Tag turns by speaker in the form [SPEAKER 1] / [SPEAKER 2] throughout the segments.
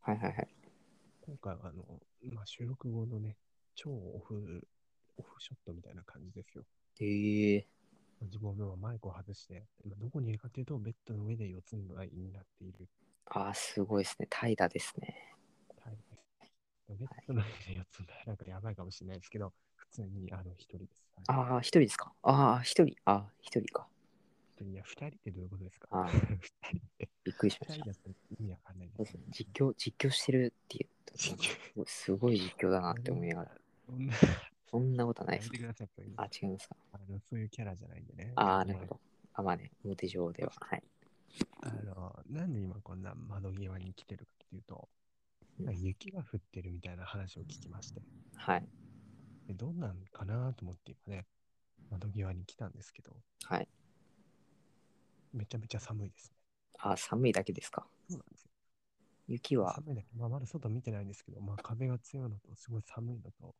[SPEAKER 1] はいはいはい。
[SPEAKER 2] 今回はあの、まあ、収録後のね、超オフ、オフショットみたいな感じですよ。
[SPEAKER 1] ええ
[SPEAKER 2] 自分はマイクを外して、今どこにいるかというと、ベッドの上で四つん這いになっている。
[SPEAKER 1] ああ、すごいですね。怠惰ですね。
[SPEAKER 2] はい。ベッドの上で四つん這いなんかやばいかもしれないですけど、普通にあの一人です。はい
[SPEAKER 1] ああ、一人ですかああ、一人。ああ、一人か。
[SPEAKER 2] 一人いや、二人ってどういうことですか
[SPEAKER 1] あ
[SPEAKER 2] 二人 って、
[SPEAKER 1] びっくりしま
[SPEAKER 2] 二
[SPEAKER 1] し
[SPEAKER 2] 人
[SPEAKER 1] た。
[SPEAKER 2] だと意味わかんない
[SPEAKER 1] そう
[SPEAKER 2] で
[SPEAKER 1] ですす
[SPEAKER 2] よ
[SPEAKER 1] ね
[SPEAKER 2] ね。
[SPEAKER 1] 実況、実況してるっていう。
[SPEAKER 2] 実況
[SPEAKER 1] すごい実況だなって思いながら。
[SPEAKER 2] そんな、
[SPEAKER 1] そんなことない
[SPEAKER 2] や
[SPEAKER 1] で
[SPEAKER 2] め
[SPEAKER 1] す
[SPEAKER 2] て。ください。そういうの
[SPEAKER 1] あ、違いますか。
[SPEAKER 2] あのそういうキャラじゃないんでね。
[SPEAKER 1] ああ、なるほど。あ、まあね、表情では。はい。
[SPEAKER 2] あの、なんで今こんな窓際に来てるかっていうと、
[SPEAKER 1] うん
[SPEAKER 2] なんか雪が降ってるみたいな話を聞きまして、
[SPEAKER 1] はい。
[SPEAKER 2] でどんなんかなと思って今ね、窓際に来たんですけど、
[SPEAKER 1] はい。
[SPEAKER 2] めちゃめちゃ寒いですね。
[SPEAKER 1] ああ、寒いだけですか。
[SPEAKER 2] そうなんですよ。
[SPEAKER 1] 雪は、
[SPEAKER 2] 寒いだけ、まあ、まだ外見てないんですけど、まあ、風が強いのと、すごい寒いのと、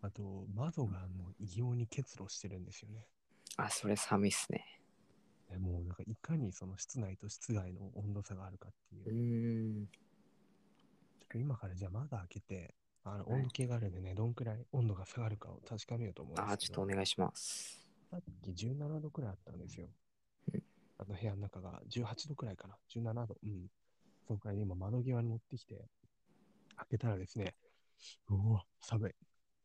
[SPEAKER 2] あと、窓がもう異様に結露してるんですよね。
[SPEAKER 1] あ、それ寒いっすね。
[SPEAKER 2] でもうなんかいかにその室内と室外の温度差があるかっていう
[SPEAKER 1] うー。ん。
[SPEAKER 2] 今からじゃあ窓開けて、あの
[SPEAKER 1] はい
[SPEAKER 2] 温度計があるんでね、どんくらい温度が下がるかを確かめようと思うん
[SPEAKER 1] ああ、
[SPEAKER 2] です
[SPEAKER 1] ちょっ
[SPEAKER 2] け
[SPEAKER 1] とお
[SPEAKER 2] ど、
[SPEAKER 1] 願いします。
[SPEAKER 2] さっき17度くらいあったんですよ
[SPEAKER 1] うん。
[SPEAKER 2] あの部屋の中が18度くらいかな、17度。うん。そのくらいで今窓際に持ってきて、開けたらですね、うわ、寒い。め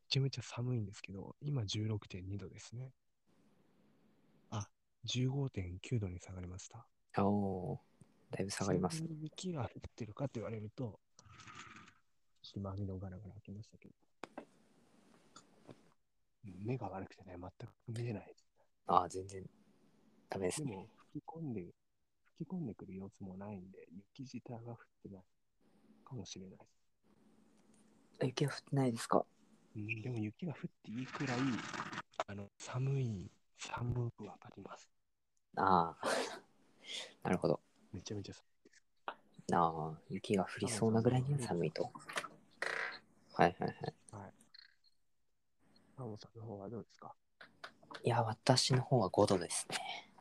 [SPEAKER 2] ちゃめちゃ寒いんですけど、今16.2度ですね。あ、15.9度に下がりました。
[SPEAKER 1] おおー、だいぶ下がります
[SPEAKER 2] ちな。みに雪が降ってるかって言われると、ちょっと今網のガラガラ開けましたけど、目が悪くてね、全く見えないです。
[SPEAKER 1] ああ、全然ダメです
[SPEAKER 2] で
[SPEAKER 1] ね。
[SPEAKER 2] も、吹き込んで、吹き込んでくる様子もないんで、雪自体が降ってないかもしれないです。
[SPEAKER 1] 雪は降ってないですか
[SPEAKER 2] うん、でも雪が降っていいくらい、あの、寒い、寒くは当たります。
[SPEAKER 1] あ あ、なるほど。
[SPEAKER 2] めちゃめちゃ寒い。
[SPEAKER 1] ああ、雪が降りそうなぐらいには寒いと。はいはいはい。
[SPEAKER 2] タモさんの方はどうですか
[SPEAKER 1] いや、私の方は5度ですね。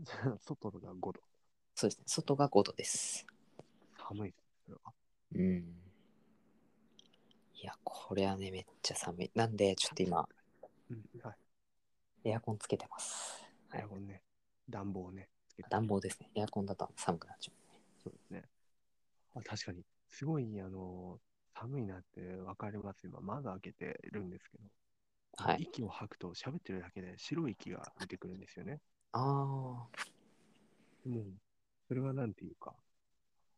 [SPEAKER 2] じゃあ外が5度。
[SPEAKER 1] そうですね。外が5度です。
[SPEAKER 2] 寒いです。それは
[SPEAKER 1] うん。いや、これはね、めっちゃ寒い。なんで、ちょっと今、
[SPEAKER 2] うん、はい。
[SPEAKER 1] エアコンつけてます。は
[SPEAKER 2] エ
[SPEAKER 1] い
[SPEAKER 2] ア。コンね、暖房ね。つけて
[SPEAKER 1] 暖房ですね。エアコンだと寒くなっちゃ
[SPEAKER 2] そうですね。あ確かに、すごい、あのー寒いなって分かります。今、窓開けてるんですけど、
[SPEAKER 1] う。はい。
[SPEAKER 2] 息を吐くと、喋ってるだけで白い息が出てくるんですよね。
[SPEAKER 1] ああ、
[SPEAKER 2] もう、それはなんていうか、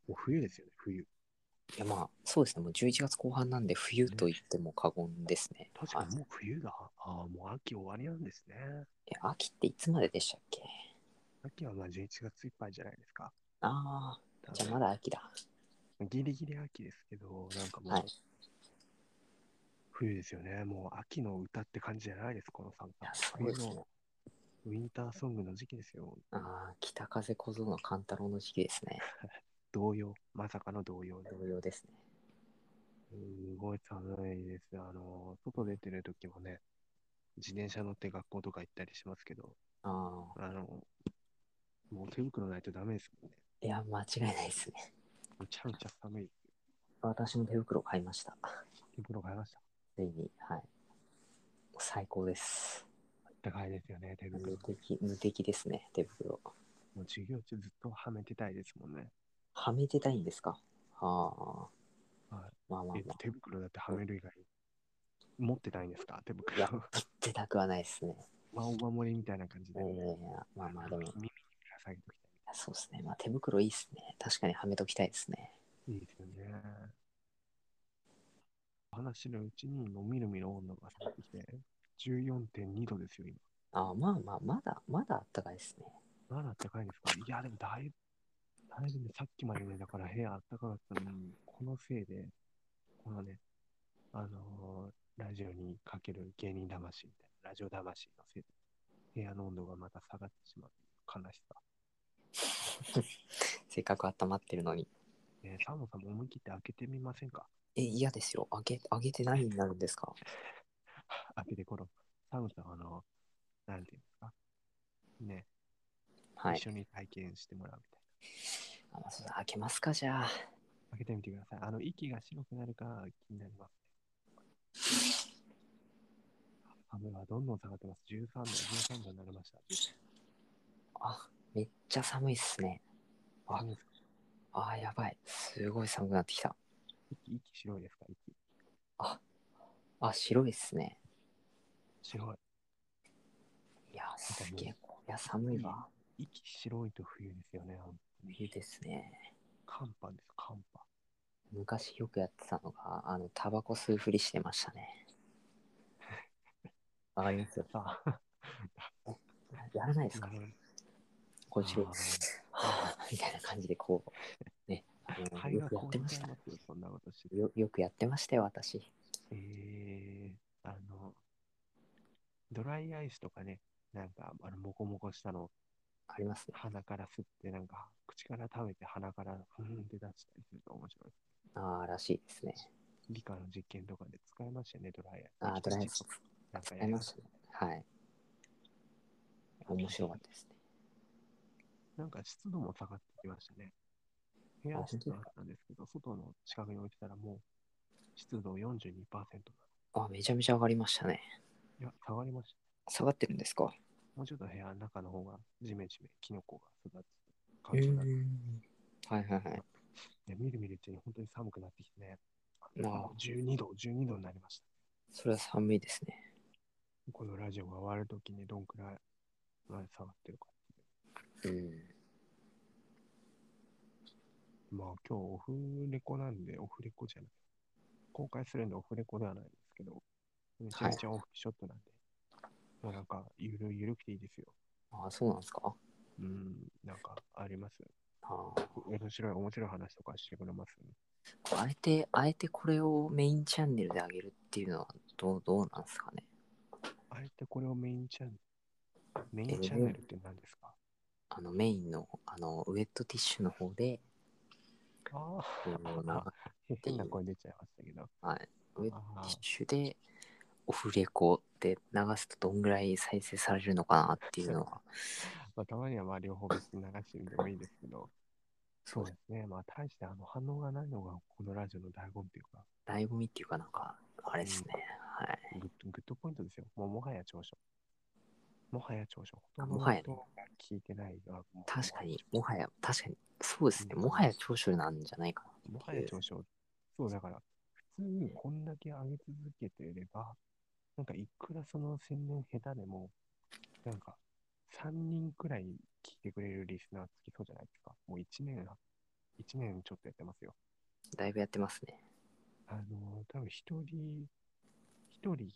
[SPEAKER 2] もう冬ですよね、冬。
[SPEAKER 1] いやまあ、そうですね。もう11月後半なんで、冬と言っても過言ですね。
[SPEAKER 2] 確か
[SPEAKER 1] はい
[SPEAKER 2] にもう冬だ。ああ、もう秋終わりなんですね。
[SPEAKER 1] え秋っていつまででしたっけ
[SPEAKER 2] 秋はまあ11月いっぱいじゃないですか。
[SPEAKER 1] ああ、じゃあまだ秋だ。
[SPEAKER 2] ギリギリ秋ですけど、なんかもう、
[SPEAKER 1] はい
[SPEAKER 2] 冬ですよね。もう秋の歌って感じじゃないです、この寒
[SPEAKER 1] い
[SPEAKER 2] さ
[SPEAKER 1] や、。そうです
[SPEAKER 2] 冬
[SPEAKER 1] ね
[SPEAKER 2] の。ウィンターソングの時期ですよ。
[SPEAKER 1] ああ、北風小僧の勘太郎の時期ですね。
[SPEAKER 2] 同様、まさかの同様です
[SPEAKER 1] 同様ですね。
[SPEAKER 2] すごい寒いです。あの、外出てる時もね、自転車乗って学校とか行ったりしますけど、
[SPEAKER 1] ああ、
[SPEAKER 2] あの、もう手袋ないとダメですもんね。
[SPEAKER 1] いや、間違いないですね。
[SPEAKER 2] めちゃめちゃ寒い。
[SPEAKER 1] 私も手袋買いました。
[SPEAKER 2] 手袋買いました。
[SPEAKER 1] ついに、はい。最高です。
[SPEAKER 2] 高いですよね、手袋。
[SPEAKER 1] 無
[SPEAKER 2] も
[SPEAKER 1] 敵、無敵ですね、手袋。
[SPEAKER 2] う授業中ずっとはめてたいですもんね。
[SPEAKER 1] はめてたいんですかはあ。
[SPEAKER 2] はい
[SPEAKER 1] まあまあま
[SPEAKER 2] え
[SPEAKER 1] あ、
[SPEAKER 2] 手袋だってはめる以外持ってないんですか手
[SPEAKER 1] い
[SPEAKER 2] 袋
[SPEAKER 1] や。出たくはないですね。
[SPEAKER 2] まあ、お守りみたいな感じ
[SPEAKER 1] い
[SPEAKER 2] で。
[SPEAKER 1] やいやいや、まあまあ、でも、
[SPEAKER 2] 耳にぶら下げておき
[SPEAKER 1] そうですね。まあ、手袋いいですね。確かにはめときたいですね。
[SPEAKER 2] たい。いいですよね。お話のうちに、もうみるみる温度が下がってきて、14.2度ですよ、今。
[SPEAKER 1] ああ、まあまあ、まだ、まだあったかいですね。
[SPEAKER 2] まだ暖かいんですかいや、でもだいぶ、だいぶね、さっきまでね、だから部屋暖かかったのに、このせいで、このね、あのーラジオにかける芸人魂みたいな、ラジオ魂のせいで、部屋の温度がまた下がってしまう悲しさ。
[SPEAKER 1] せっかく温まってるのに。
[SPEAKER 2] ねサーモンさんも思い切って開けてみませんか
[SPEAKER 1] え、嫌ですよ。あげ、あげて何になるんです か
[SPEAKER 2] 開けてころ。サーモンさん、あの、なんていうんですかね、
[SPEAKER 1] はい
[SPEAKER 2] 一。緒に体験してもらうみたい
[SPEAKER 1] あまあそうだ開けますか、じゃあ。
[SPEAKER 2] 開けてみてください。あの、息が白くなるか気になりますね。雨はどんどん下がってます。13度、13度になりました。
[SPEAKER 1] あ、めっちゃ寒いっすね。あ
[SPEAKER 2] 寒いですか
[SPEAKER 1] あー、やばい。すごい寒くなってきた。
[SPEAKER 2] 息、息白いですか息。
[SPEAKER 1] あ、白いっすね。
[SPEAKER 2] 白い。
[SPEAKER 1] いや、すげえ。いや、寒いわ。
[SPEAKER 2] 息白いと冬ですよね。あの
[SPEAKER 1] 冬ですね。
[SPEAKER 2] 寒波です、寒波。
[SPEAKER 1] 昔よくやってたのが、あの、タバコ吸うふりしてましたね。 わかりますよ。
[SPEAKER 2] さあ、
[SPEAKER 1] やらないですか
[SPEAKER 2] なるほど
[SPEAKER 1] こうしろ
[SPEAKER 2] あー。
[SPEAKER 1] は ぁみたいな感じでこう、ね、あの
[SPEAKER 2] 肺
[SPEAKER 1] よ
[SPEAKER 2] が
[SPEAKER 1] くやっ
[SPEAKER 2] 凍
[SPEAKER 1] て
[SPEAKER 2] え
[SPEAKER 1] まし
[SPEAKER 2] ちゃ
[SPEAKER 1] た
[SPEAKER 2] いますよ、そんなことしてて。
[SPEAKER 1] よ。よくやってましたよ、私。
[SPEAKER 2] えー、あの、ドライアイスとかね、なんか、あの、もこもこしたの、
[SPEAKER 1] ありますね。
[SPEAKER 2] 鼻から吸って、なんか、口から食べて、鼻からふーんって出したりすると面白い。
[SPEAKER 1] ああ、らしいですね。
[SPEAKER 2] 理科の実験とかで使いましたよね、ドライアイス。
[SPEAKER 1] ああ、ドライアイス
[SPEAKER 2] なんか
[SPEAKER 1] 使
[SPEAKER 2] や
[SPEAKER 1] い
[SPEAKER 2] り
[SPEAKER 1] ま
[SPEAKER 2] ま
[SPEAKER 1] し
[SPEAKER 2] す
[SPEAKER 1] たね。はい。面白かったですね。
[SPEAKER 2] なんか湿度も下がってきましたね。部
[SPEAKER 1] あ
[SPEAKER 2] 屋
[SPEAKER 1] 本当
[SPEAKER 2] 湿
[SPEAKER 1] です
[SPEAKER 2] 度
[SPEAKER 1] か
[SPEAKER 2] あったんですけど、外の近くに置いてたらもう湿度42%。
[SPEAKER 1] あめちゃめちゃ上がりましたね。
[SPEAKER 2] いや、下がりました。
[SPEAKER 1] 下がってるんですか
[SPEAKER 2] もうちょっと部屋の中の方がジメジメ、キノコが育つ
[SPEAKER 1] う
[SPEAKER 2] 感じになって、
[SPEAKER 1] ん。はいはいはい。
[SPEAKER 2] で見る見るうちに本当に寒くなってきてね、
[SPEAKER 1] まあ
[SPEAKER 2] 12度、12度になりました。
[SPEAKER 1] それは寒いですね。
[SPEAKER 2] このラジオが終わるときにどんくらい下がってるか。
[SPEAKER 1] うん。
[SPEAKER 2] まあ今日オフレコなんで、オフレコじゃない。公開するんでオフレコではないんですけど、めちゃめちゃオフショットなんで、まあなんかゆるゆるくていいですよ。
[SPEAKER 1] ああ、そうなんですか
[SPEAKER 2] うん、なんかあります。
[SPEAKER 1] ああ。
[SPEAKER 2] 面白い、面白い話とかしてくれます、
[SPEAKER 1] あえて、あえてこれをメインチャンネルで上げるっていうのはどう、どうなんですかね
[SPEAKER 2] あれってこれをメインチャンネル。メインチャンネルって何ですか、
[SPEAKER 1] あの、メインの、あの、ウェットティッシュの方で、
[SPEAKER 2] あ
[SPEAKER 1] こう
[SPEAKER 2] あ
[SPEAKER 1] な
[SPEAKER 2] ー、変な声出ちゃいましたけど。
[SPEAKER 1] はい、ウェット
[SPEAKER 2] あ
[SPEAKER 1] ティッ
[SPEAKER 2] ー
[SPEAKER 1] シュでオフレコで流すとどんぐらい再生されるのかなっていうのは。
[SPEAKER 2] まあ、たまにはまあ両方別に流してみてもいいですけど、そうですね。まあ、大してあの反応がないのが、このラジオの醍醐味というか、
[SPEAKER 1] 醍醐味っていうかなんか、あれですね。はい。
[SPEAKER 2] グッドグッドポイントですよ。もうもはや長所。もはや長所。
[SPEAKER 1] あ
[SPEAKER 2] ほとん
[SPEAKER 1] も
[SPEAKER 2] ど
[SPEAKER 1] は
[SPEAKER 2] の
[SPEAKER 1] やね
[SPEAKER 2] 人が聞いてないが。もう
[SPEAKER 1] 確かに、もはや、確かに、そうですね。
[SPEAKER 2] うん
[SPEAKER 1] もはや長所なんじゃないか
[SPEAKER 2] もはや長所。そう、だから、普通にこんだけ上げ続けてれば、なんかいくらその宣伝下手でも、なんか、3人くらい聞いてくれるリスナーつきそうじゃないですか。もう1年、1年ちょっとやってますよ。
[SPEAKER 1] な。だいぶやってますね。
[SPEAKER 2] あの、多分一人、一人、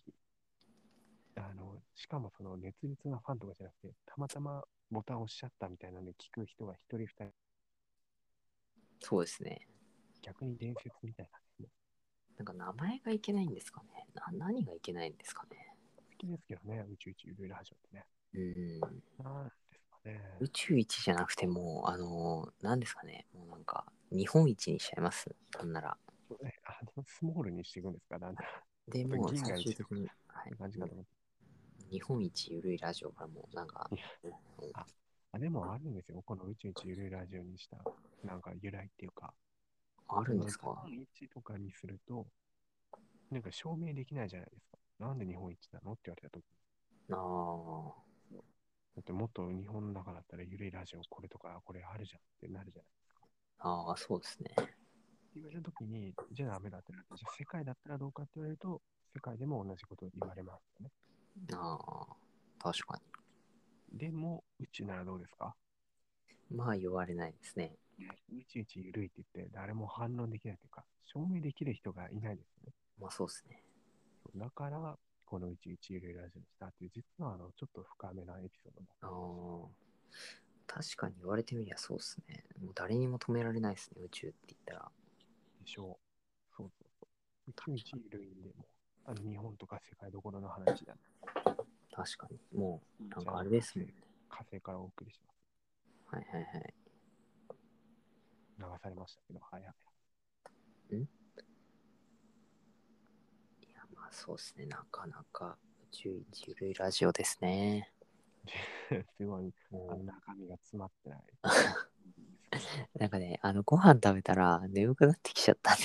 [SPEAKER 2] あの、しかもその熱烈なファンとかじゃなくて、たまたまボタン押しちゃったみたいなんで聞く人が一人二人、
[SPEAKER 1] そうですね。
[SPEAKER 2] 逆に伝説みたいな。もう
[SPEAKER 1] なんか名前がいけないんですかね。な何がいけないんですかね。
[SPEAKER 2] 好きですけどね、宇宙一いろいろ始まってね。
[SPEAKER 1] うん。
[SPEAKER 2] なんですかね。
[SPEAKER 1] 宇宙一じゃなくてもう、あのー、何ですかね。もうなんか、日本一にしちゃいます。なんなら。
[SPEAKER 2] えあのスモールにしていくんですかだんだん。
[SPEAKER 1] で
[SPEAKER 2] ちょっと
[SPEAKER 1] もう
[SPEAKER 2] 銀河
[SPEAKER 1] 最終
[SPEAKER 2] 一
[SPEAKER 1] 的に、はい
[SPEAKER 2] 感じかと思って。
[SPEAKER 1] 日本一ゆるいラジオからもうなんか
[SPEAKER 2] いや、あ、でもあるんですよ。この宇宙一ゆるいラジオにした、なんか由来っていうか。
[SPEAKER 1] あるんです
[SPEAKER 2] 日
[SPEAKER 1] か
[SPEAKER 2] 本一とかにすると、なんか証明できないじゃないですか。なんで日本一なのって言われたとき。
[SPEAKER 1] ああ、
[SPEAKER 2] だってもっと日本の中だったらゆるいラジオこれとかこれあるじゃんってなるじゃない。
[SPEAKER 1] ああ、そうですね。
[SPEAKER 2] って言われたときに、じゃあダメだってなって、じゃあ世界だったらどうかって言われると、世界でも同じこと言われますよね。
[SPEAKER 1] ああ、確か
[SPEAKER 2] でも、宇宙ならどうですか
[SPEAKER 1] に。まあ言われないですね。
[SPEAKER 2] 宇宙一ゆるいって言って、誰も反論できないというか、証明できる人がいないですよね。
[SPEAKER 1] まあそうですね。
[SPEAKER 2] だから、この宇宙一ゆるいラジオにしたっていう、実はあのちょっと深めなエピソードも
[SPEAKER 1] ああ、確かに言われてみりゃそうですね。もう誰にも止められないですね、宇宙って言ったら。
[SPEAKER 2] でしょう。そうそうそう。宇宙一ゆるいんでもう、あの日本とか世界どころの話じゃない。
[SPEAKER 1] 確かに。もう、なん
[SPEAKER 2] じゃ
[SPEAKER 1] かあれですもんね。
[SPEAKER 2] 火星からお送りします。
[SPEAKER 1] はいはいはい。
[SPEAKER 2] 流されましたけど、はいはい。
[SPEAKER 1] いや、まあそうですね。なかなか宇宙一ゆるいラジオですね。
[SPEAKER 2] すごい、あ
[SPEAKER 1] も
[SPEAKER 2] の
[SPEAKER 1] う
[SPEAKER 2] 中身が詰まってない。
[SPEAKER 1] なんかね、あの、ご飯食べたら眠くなってきちゃったね。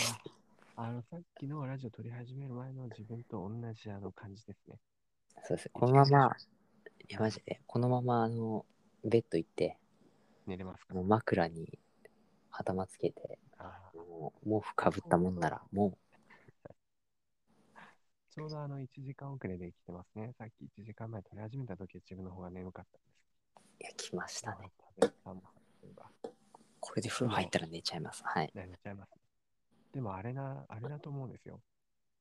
[SPEAKER 2] あの、さっきのラジオ撮り始める前の自分と同じあの感じですね。
[SPEAKER 1] そうです。このまま、いや、マジで、このまま、あの、ベッド行って、
[SPEAKER 2] 寝れますか
[SPEAKER 1] もう枕に頭つけて、
[SPEAKER 2] あー
[SPEAKER 1] もう毛布かぶったもんなら、も
[SPEAKER 2] ちょうどあの1時間遅れで来てますね。さっき1時間前撮り始めた時は自分の方が眠かったんです
[SPEAKER 1] う、いや、来まし
[SPEAKER 2] けど。
[SPEAKER 1] たね。
[SPEAKER 2] 食べたもんが
[SPEAKER 1] これで風呂入ったら寝ちゃいます。はい。
[SPEAKER 2] ね寝ちゃいます。でもあれな、あれだと思うんですよ。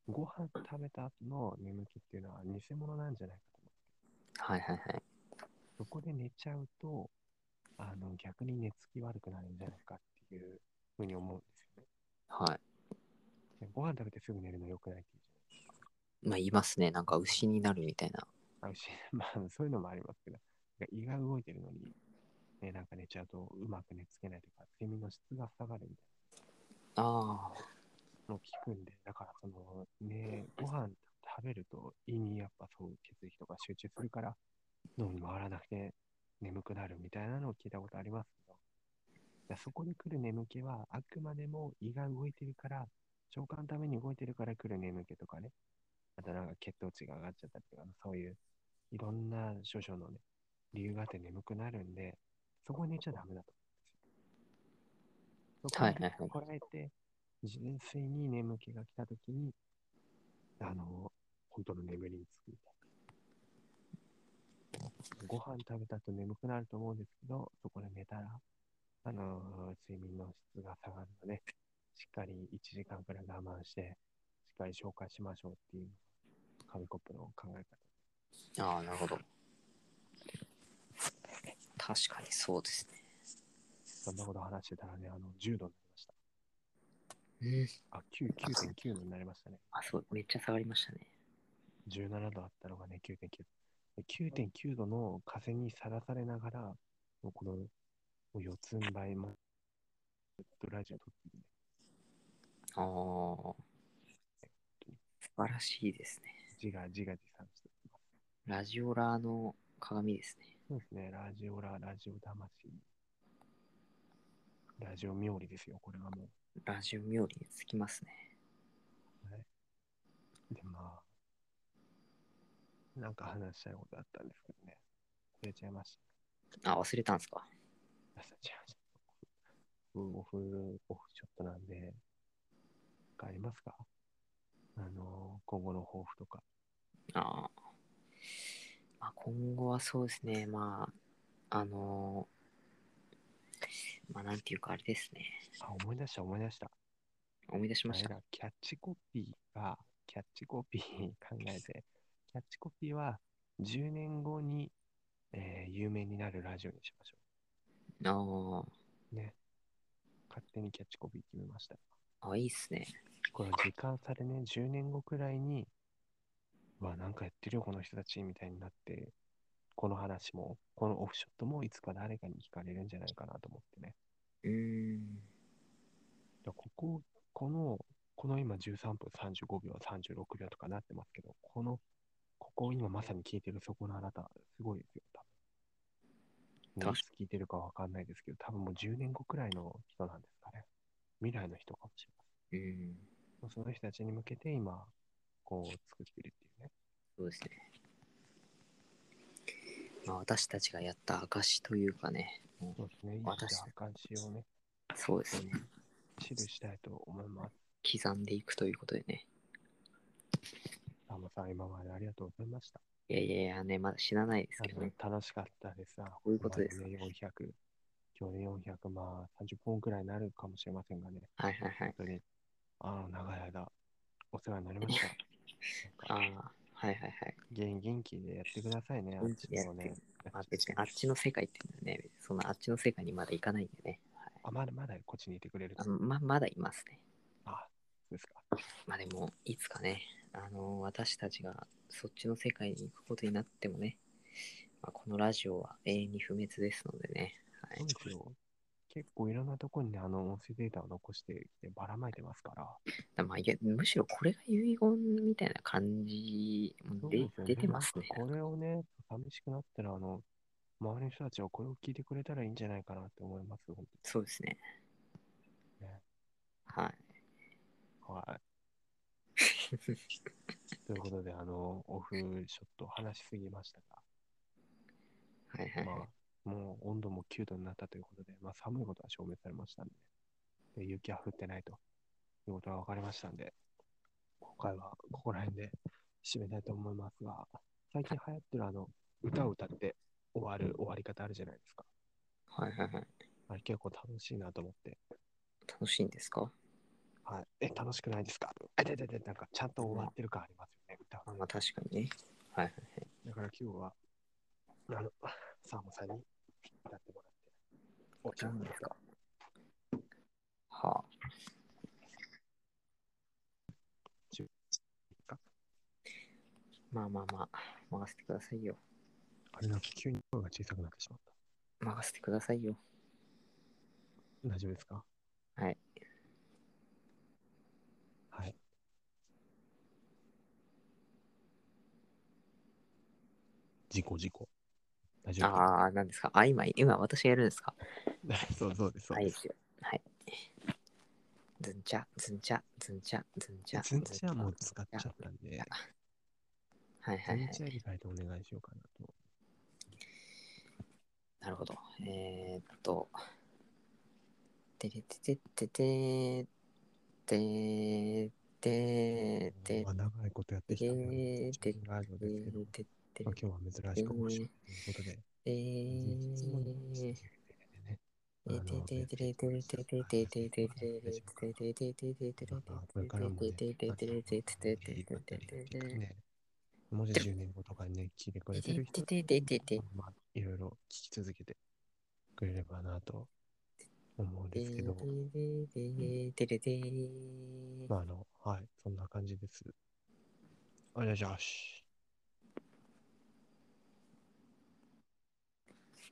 [SPEAKER 2] ご飯食べた後の眠気っていうのは偽物なんじゃないかと思う。
[SPEAKER 1] はいはいはい。
[SPEAKER 2] そこで寝ちゃうと、あの逆に寝つき悪くなるんじゃないかっていうふうに思うんですよね。
[SPEAKER 1] は
[SPEAKER 2] でご飯食べてすぐ寝るの良くないっていう
[SPEAKER 1] い。まあ、言いますね。なんか牛になるみたいな。
[SPEAKER 2] あるし、 まあ、そういうのもありますけど、胃が動いてるのに、ね、なんか寝ちゃうとうまく寝つけないとか、睡眠の質が下がるみたい
[SPEAKER 1] ああ。
[SPEAKER 2] なのを聞くんで、だからその、ね、ご飯食べると胃にやっぱそう血液とか集中するから、脳に回らなくて眠くなるみたいなのを聞いたことありますけど、だそこで来る眠気は、あくまでも胃が動いてるから、消化のために動いてるから来る眠気とかね、あとなんか血糖値が上がっちゃったりとか、そういういろんな少々のね、理由があって眠くなるんで、そこに寝ちゃダメだと思うんですよ。そこをこらえて、純粋に眠気が来たときに、あの、本当の眠りにつくみたいな。ご飯食べた後眠くなると思うんですけど、そこで寝たら、あの睡眠の質が下がるので、しっかり1時間くらい我慢して、しっかり消化しましょうっていう、紙コップの考え方。
[SPEAKER 1] ああ、なるほど。確かにそうですね。
[SPEAKER 2] そんなこと話してたらね、あの、10度になりました。
[SPEAKER 1] うん。
[SPEAKER 2] あ、9 9.9度になりましたね。
[SPEAKER 1] あ、そう、めっちゃ下がりましたね。
[SPEAKER 2] 17度あったのがね、9.9度。で9.9度の風にさらされながら、もうこの、もう四つん這いも、ずっとラジオ撮ってるんで
[SPEAKER 1] ああ。素晴らしいですね。
[SPEAKER 2] 自画自画自賛してま
[SPEAKER 1] ラ
[SPEAKER 2] す。
[SPEAKER 1] ジオラーの鏡ですね。
[SPEAKER 2] そうですね、ラジオラ、ラジオ魂。ラジオ冥利ですよ、これはも
[SPEAKER 1] ラジオ冥利につきますね。
[SPEAKER 2] う。で、まあ、なんか話したいことあったんですけどね。忘れちゃいました。
[SPEAKER 1] あ、忘れたんですか。
[SPEAKER 2] 出せちゃいましたうんオフ、オフショットなんで、なんかありますかあの、今後の抱負とか。
[SPEAKER 1] ああ。まあ、今後はそうですね。まあ、あのーまあ、なんていうかあれですね。
[SPEAKER 2] あ、思い出した、思い出した。
[SPEAKER 1] 思い出しまし
[SPEAKER 2] あ
[SPEAKER 1] た。
[SPEAKER 2] れだキャッチコピーが、キャッチコピー考えて、キャッチコピーは、10年後に、えー有名になるラジオにしましょ
[SPEAKER 1] あ
[SPEAKER 2] う。ね。勝手にキャッチコピー決めました。
[SPEAKER 1] あ、あ、いいっすね。
[SPEAKER 2] この時間差でね、10年後くらいに、うわ、なんかやってるよ、この人たち、みたいになって、この話も、このオフショットもいつか誰かに聞かれるんじゃないかなと思ってね。
[SPEAKER 1] うーん。
[SPEAKER 2] だここ、この、この今13分35秒、36秒とかなってますけど、この、ここを今まさに聞いてるそこのあなた、すごいですよ、多分。ねい
[SPEAKER 1] 確
[SPEAKER 2] つ聞いてるかわかんないですけど、多分もう10年後くらいの人なんですかね。未来の人かもしれま
[SPEAKER 1] うん。
[SPEAKER 2] せん。その人たちに向けて今、こう作ってるっていうね。
[SPEAKER 1] そうですね。まあ、私たちがやった証というかね。もう
[SPEAKER 2] そうですね。
[SPEAKER 1] 私
[SPEAKER 2] 一時しをね、
[SPEAKER 1] そうですね。
[SPEAKER 2] 記したいと思います。
[SPEAKER 1] 刻んでいくということでね。
[SPEAKER 2] サムさん、今までありがとうございました。
[SPEAKER 1] いやいやいやね、まだ死なないですけど
[SPEAKER 2] あの
[SPEAKER 1] ね。
[SPEAKER 2] 楽しかったです。あ
[SPEAKER 1] こういうことです
[SPEAKER 2] ここまね400、今日で400、まあ30本くらいになるかもしれませんがね、
[SPEAKER 1] はいはいはい。
[SPEAKER 2] 本当に、あの、長い間、お世話になりま した。
[SPEAKER 1] ああ、はいはいはい。
[SPEAKER 2] 元元気でやってくださいね、あっちもね。
[SPEAKER 1] まあ、別にあっちの世界っていうのはね、そのあっちの世界にまだ行かないんでね。はい
[SPEAKER 2] あ、まだまだこっちにいてくれる
[SPEAKER 1] あままだいますね。
[SPEAKER 2] あ、そうですか。
[SPEAKER 1] まあでも、いつかね、あの私たちがそっちの世界に行くことになってもね、まあ、このラジオは永遠に不滅ですのでね。は
[SPEAKER 2] そう
[SPEAKER 1] い、
[SPEAKER 2] ですよ。結構いろんなところにねあの音声データを残してきてばらまいてますから。
[SPEAKER 1] だまあいやむしろこれが遺言みたいな感じも
[SPEAKER 2] そう
[SPEAKER 1] で
[SPEAKER 2] ですよね
[SPEAKER 1] 出てますね。
[SPEAKER 2] なんかこれをね、寂しくなったら、あの、周りの人たちはこれを聞いてくれたらいいんじゃないかなって思います、本
[SPEAKER 1] そうですね
[SPEAKER 2] ね。
[SPEAKER 1] はい。
[SPEAKER 2] 当にはい。ということで、あの、オフショット話しすぎました
[SPEAKER 1] はいは
[SPEAKER 2] が、
[SPEAKER 1] いはい。
[SPEAKER 2] まあ、もう温度も9度になったということで、まあ、寒いことは証明されましたんで、で雪は降ってないということが分かりましたんで、今回はここら辺で締めたいと思いますが、最近流行ってるあの、歌を歌って終わる終わり方あるじゃないですか。
[SPEAKER 1] はいはいはい。
[SPEAKER 2] あれ結構楽しいなと思って、
[SPEAKER 1] 楽しいんですか
[SPEAKER 2] はい、え、楽しくないですかあ、ででで、なんかちゃんと終わってる感ありますよね、歌
[SPEAKER 1] あまあ確かにね。はいはいはい。
[SPEAKER 2] だから今日は、あの、サーモンさんに歌ってもらって、お茶飲みますか
[SPEAKER 1] はあ。まあまあまあ、任せてくださいよ。
[SPEAKER 2] あれなんか急に声が小さくなってしまっ
[SPEAKER 1] 任せてくださいよ。
[SPEAKER 2] た。大丈夫ですか
[SPEAKER 1] はい。
[SPEAKER 2] はい。事故事故。大丈夫
[SPEAKER 1] ああ、何ですかあ、今、今私がやるんですか
[SPEAKER 2] そうそうです。そう
[SPEAKER 1] はいで
[SPEAKER 2] で
[SPEAKER 1] すすよ。はい。ずんちゃ、ずんちゃ、ずんちゃ、ずんちゃ。
[SPEAKER 2] ズンチャーもう
[SPEAKER 1] ずんち
[SPEAKER 2] 使っちゃったんで、
[SPEAKER 1] ゃはい
[SPEAKER 2] ズ
[SPEAKER 1] はいは
[SPEAKER 2] ン
[SPEAKER 1] い。
[SPEAKER 2] チャーに変えてお願いしようかなと。
[SPEAKER 1] なるほど。えー、っと。てれててててててて
[SPEAKER 2] まあ、長いことやってきたんで、
[SPEAKER 1] で
[SPEAKER 2] 自信があるの
[SPEAKER 1] え
[SPEAKER 2] ですけ
[SPEAKER 1] ー、て
[SPEAKER 2] ど
[SPEAKER 1] て
[SPEAKER 2] まあ、今日は珍しく面白いということで、
[SPEAKER 1] え
[SPEAKER 2] え
[SPEAKER 1] ー。こ
[SPEAKER 2] これからも、ね、ね、もし10年後とかにね、聞いてくれてる人まあ、いろいろ聞き続けてくれればなと思うんですけど、まあ、あの、はい、そんな感じです。ありがとうございます。